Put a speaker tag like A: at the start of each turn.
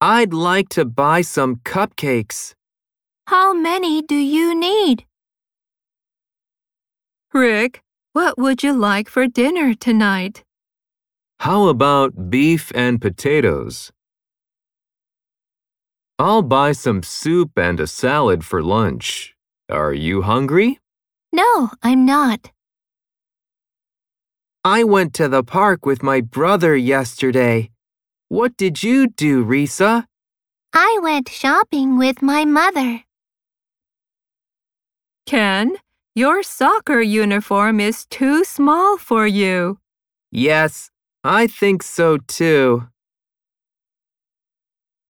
A: I'd like to buy some cupcakes.
B: How many do you need? Rick, what would you like for dinner tonight?
A: How about beef and potatoes? I'll buy some soup and a salad for lunch. Are you hungry?
B: No, I'm not.
A: I went to the park with my brother yesterday. What did you do, Risa?
B: I went shopping with my mother. Ken, your soccer uniform is too small for you.
A: Yes, I think so too.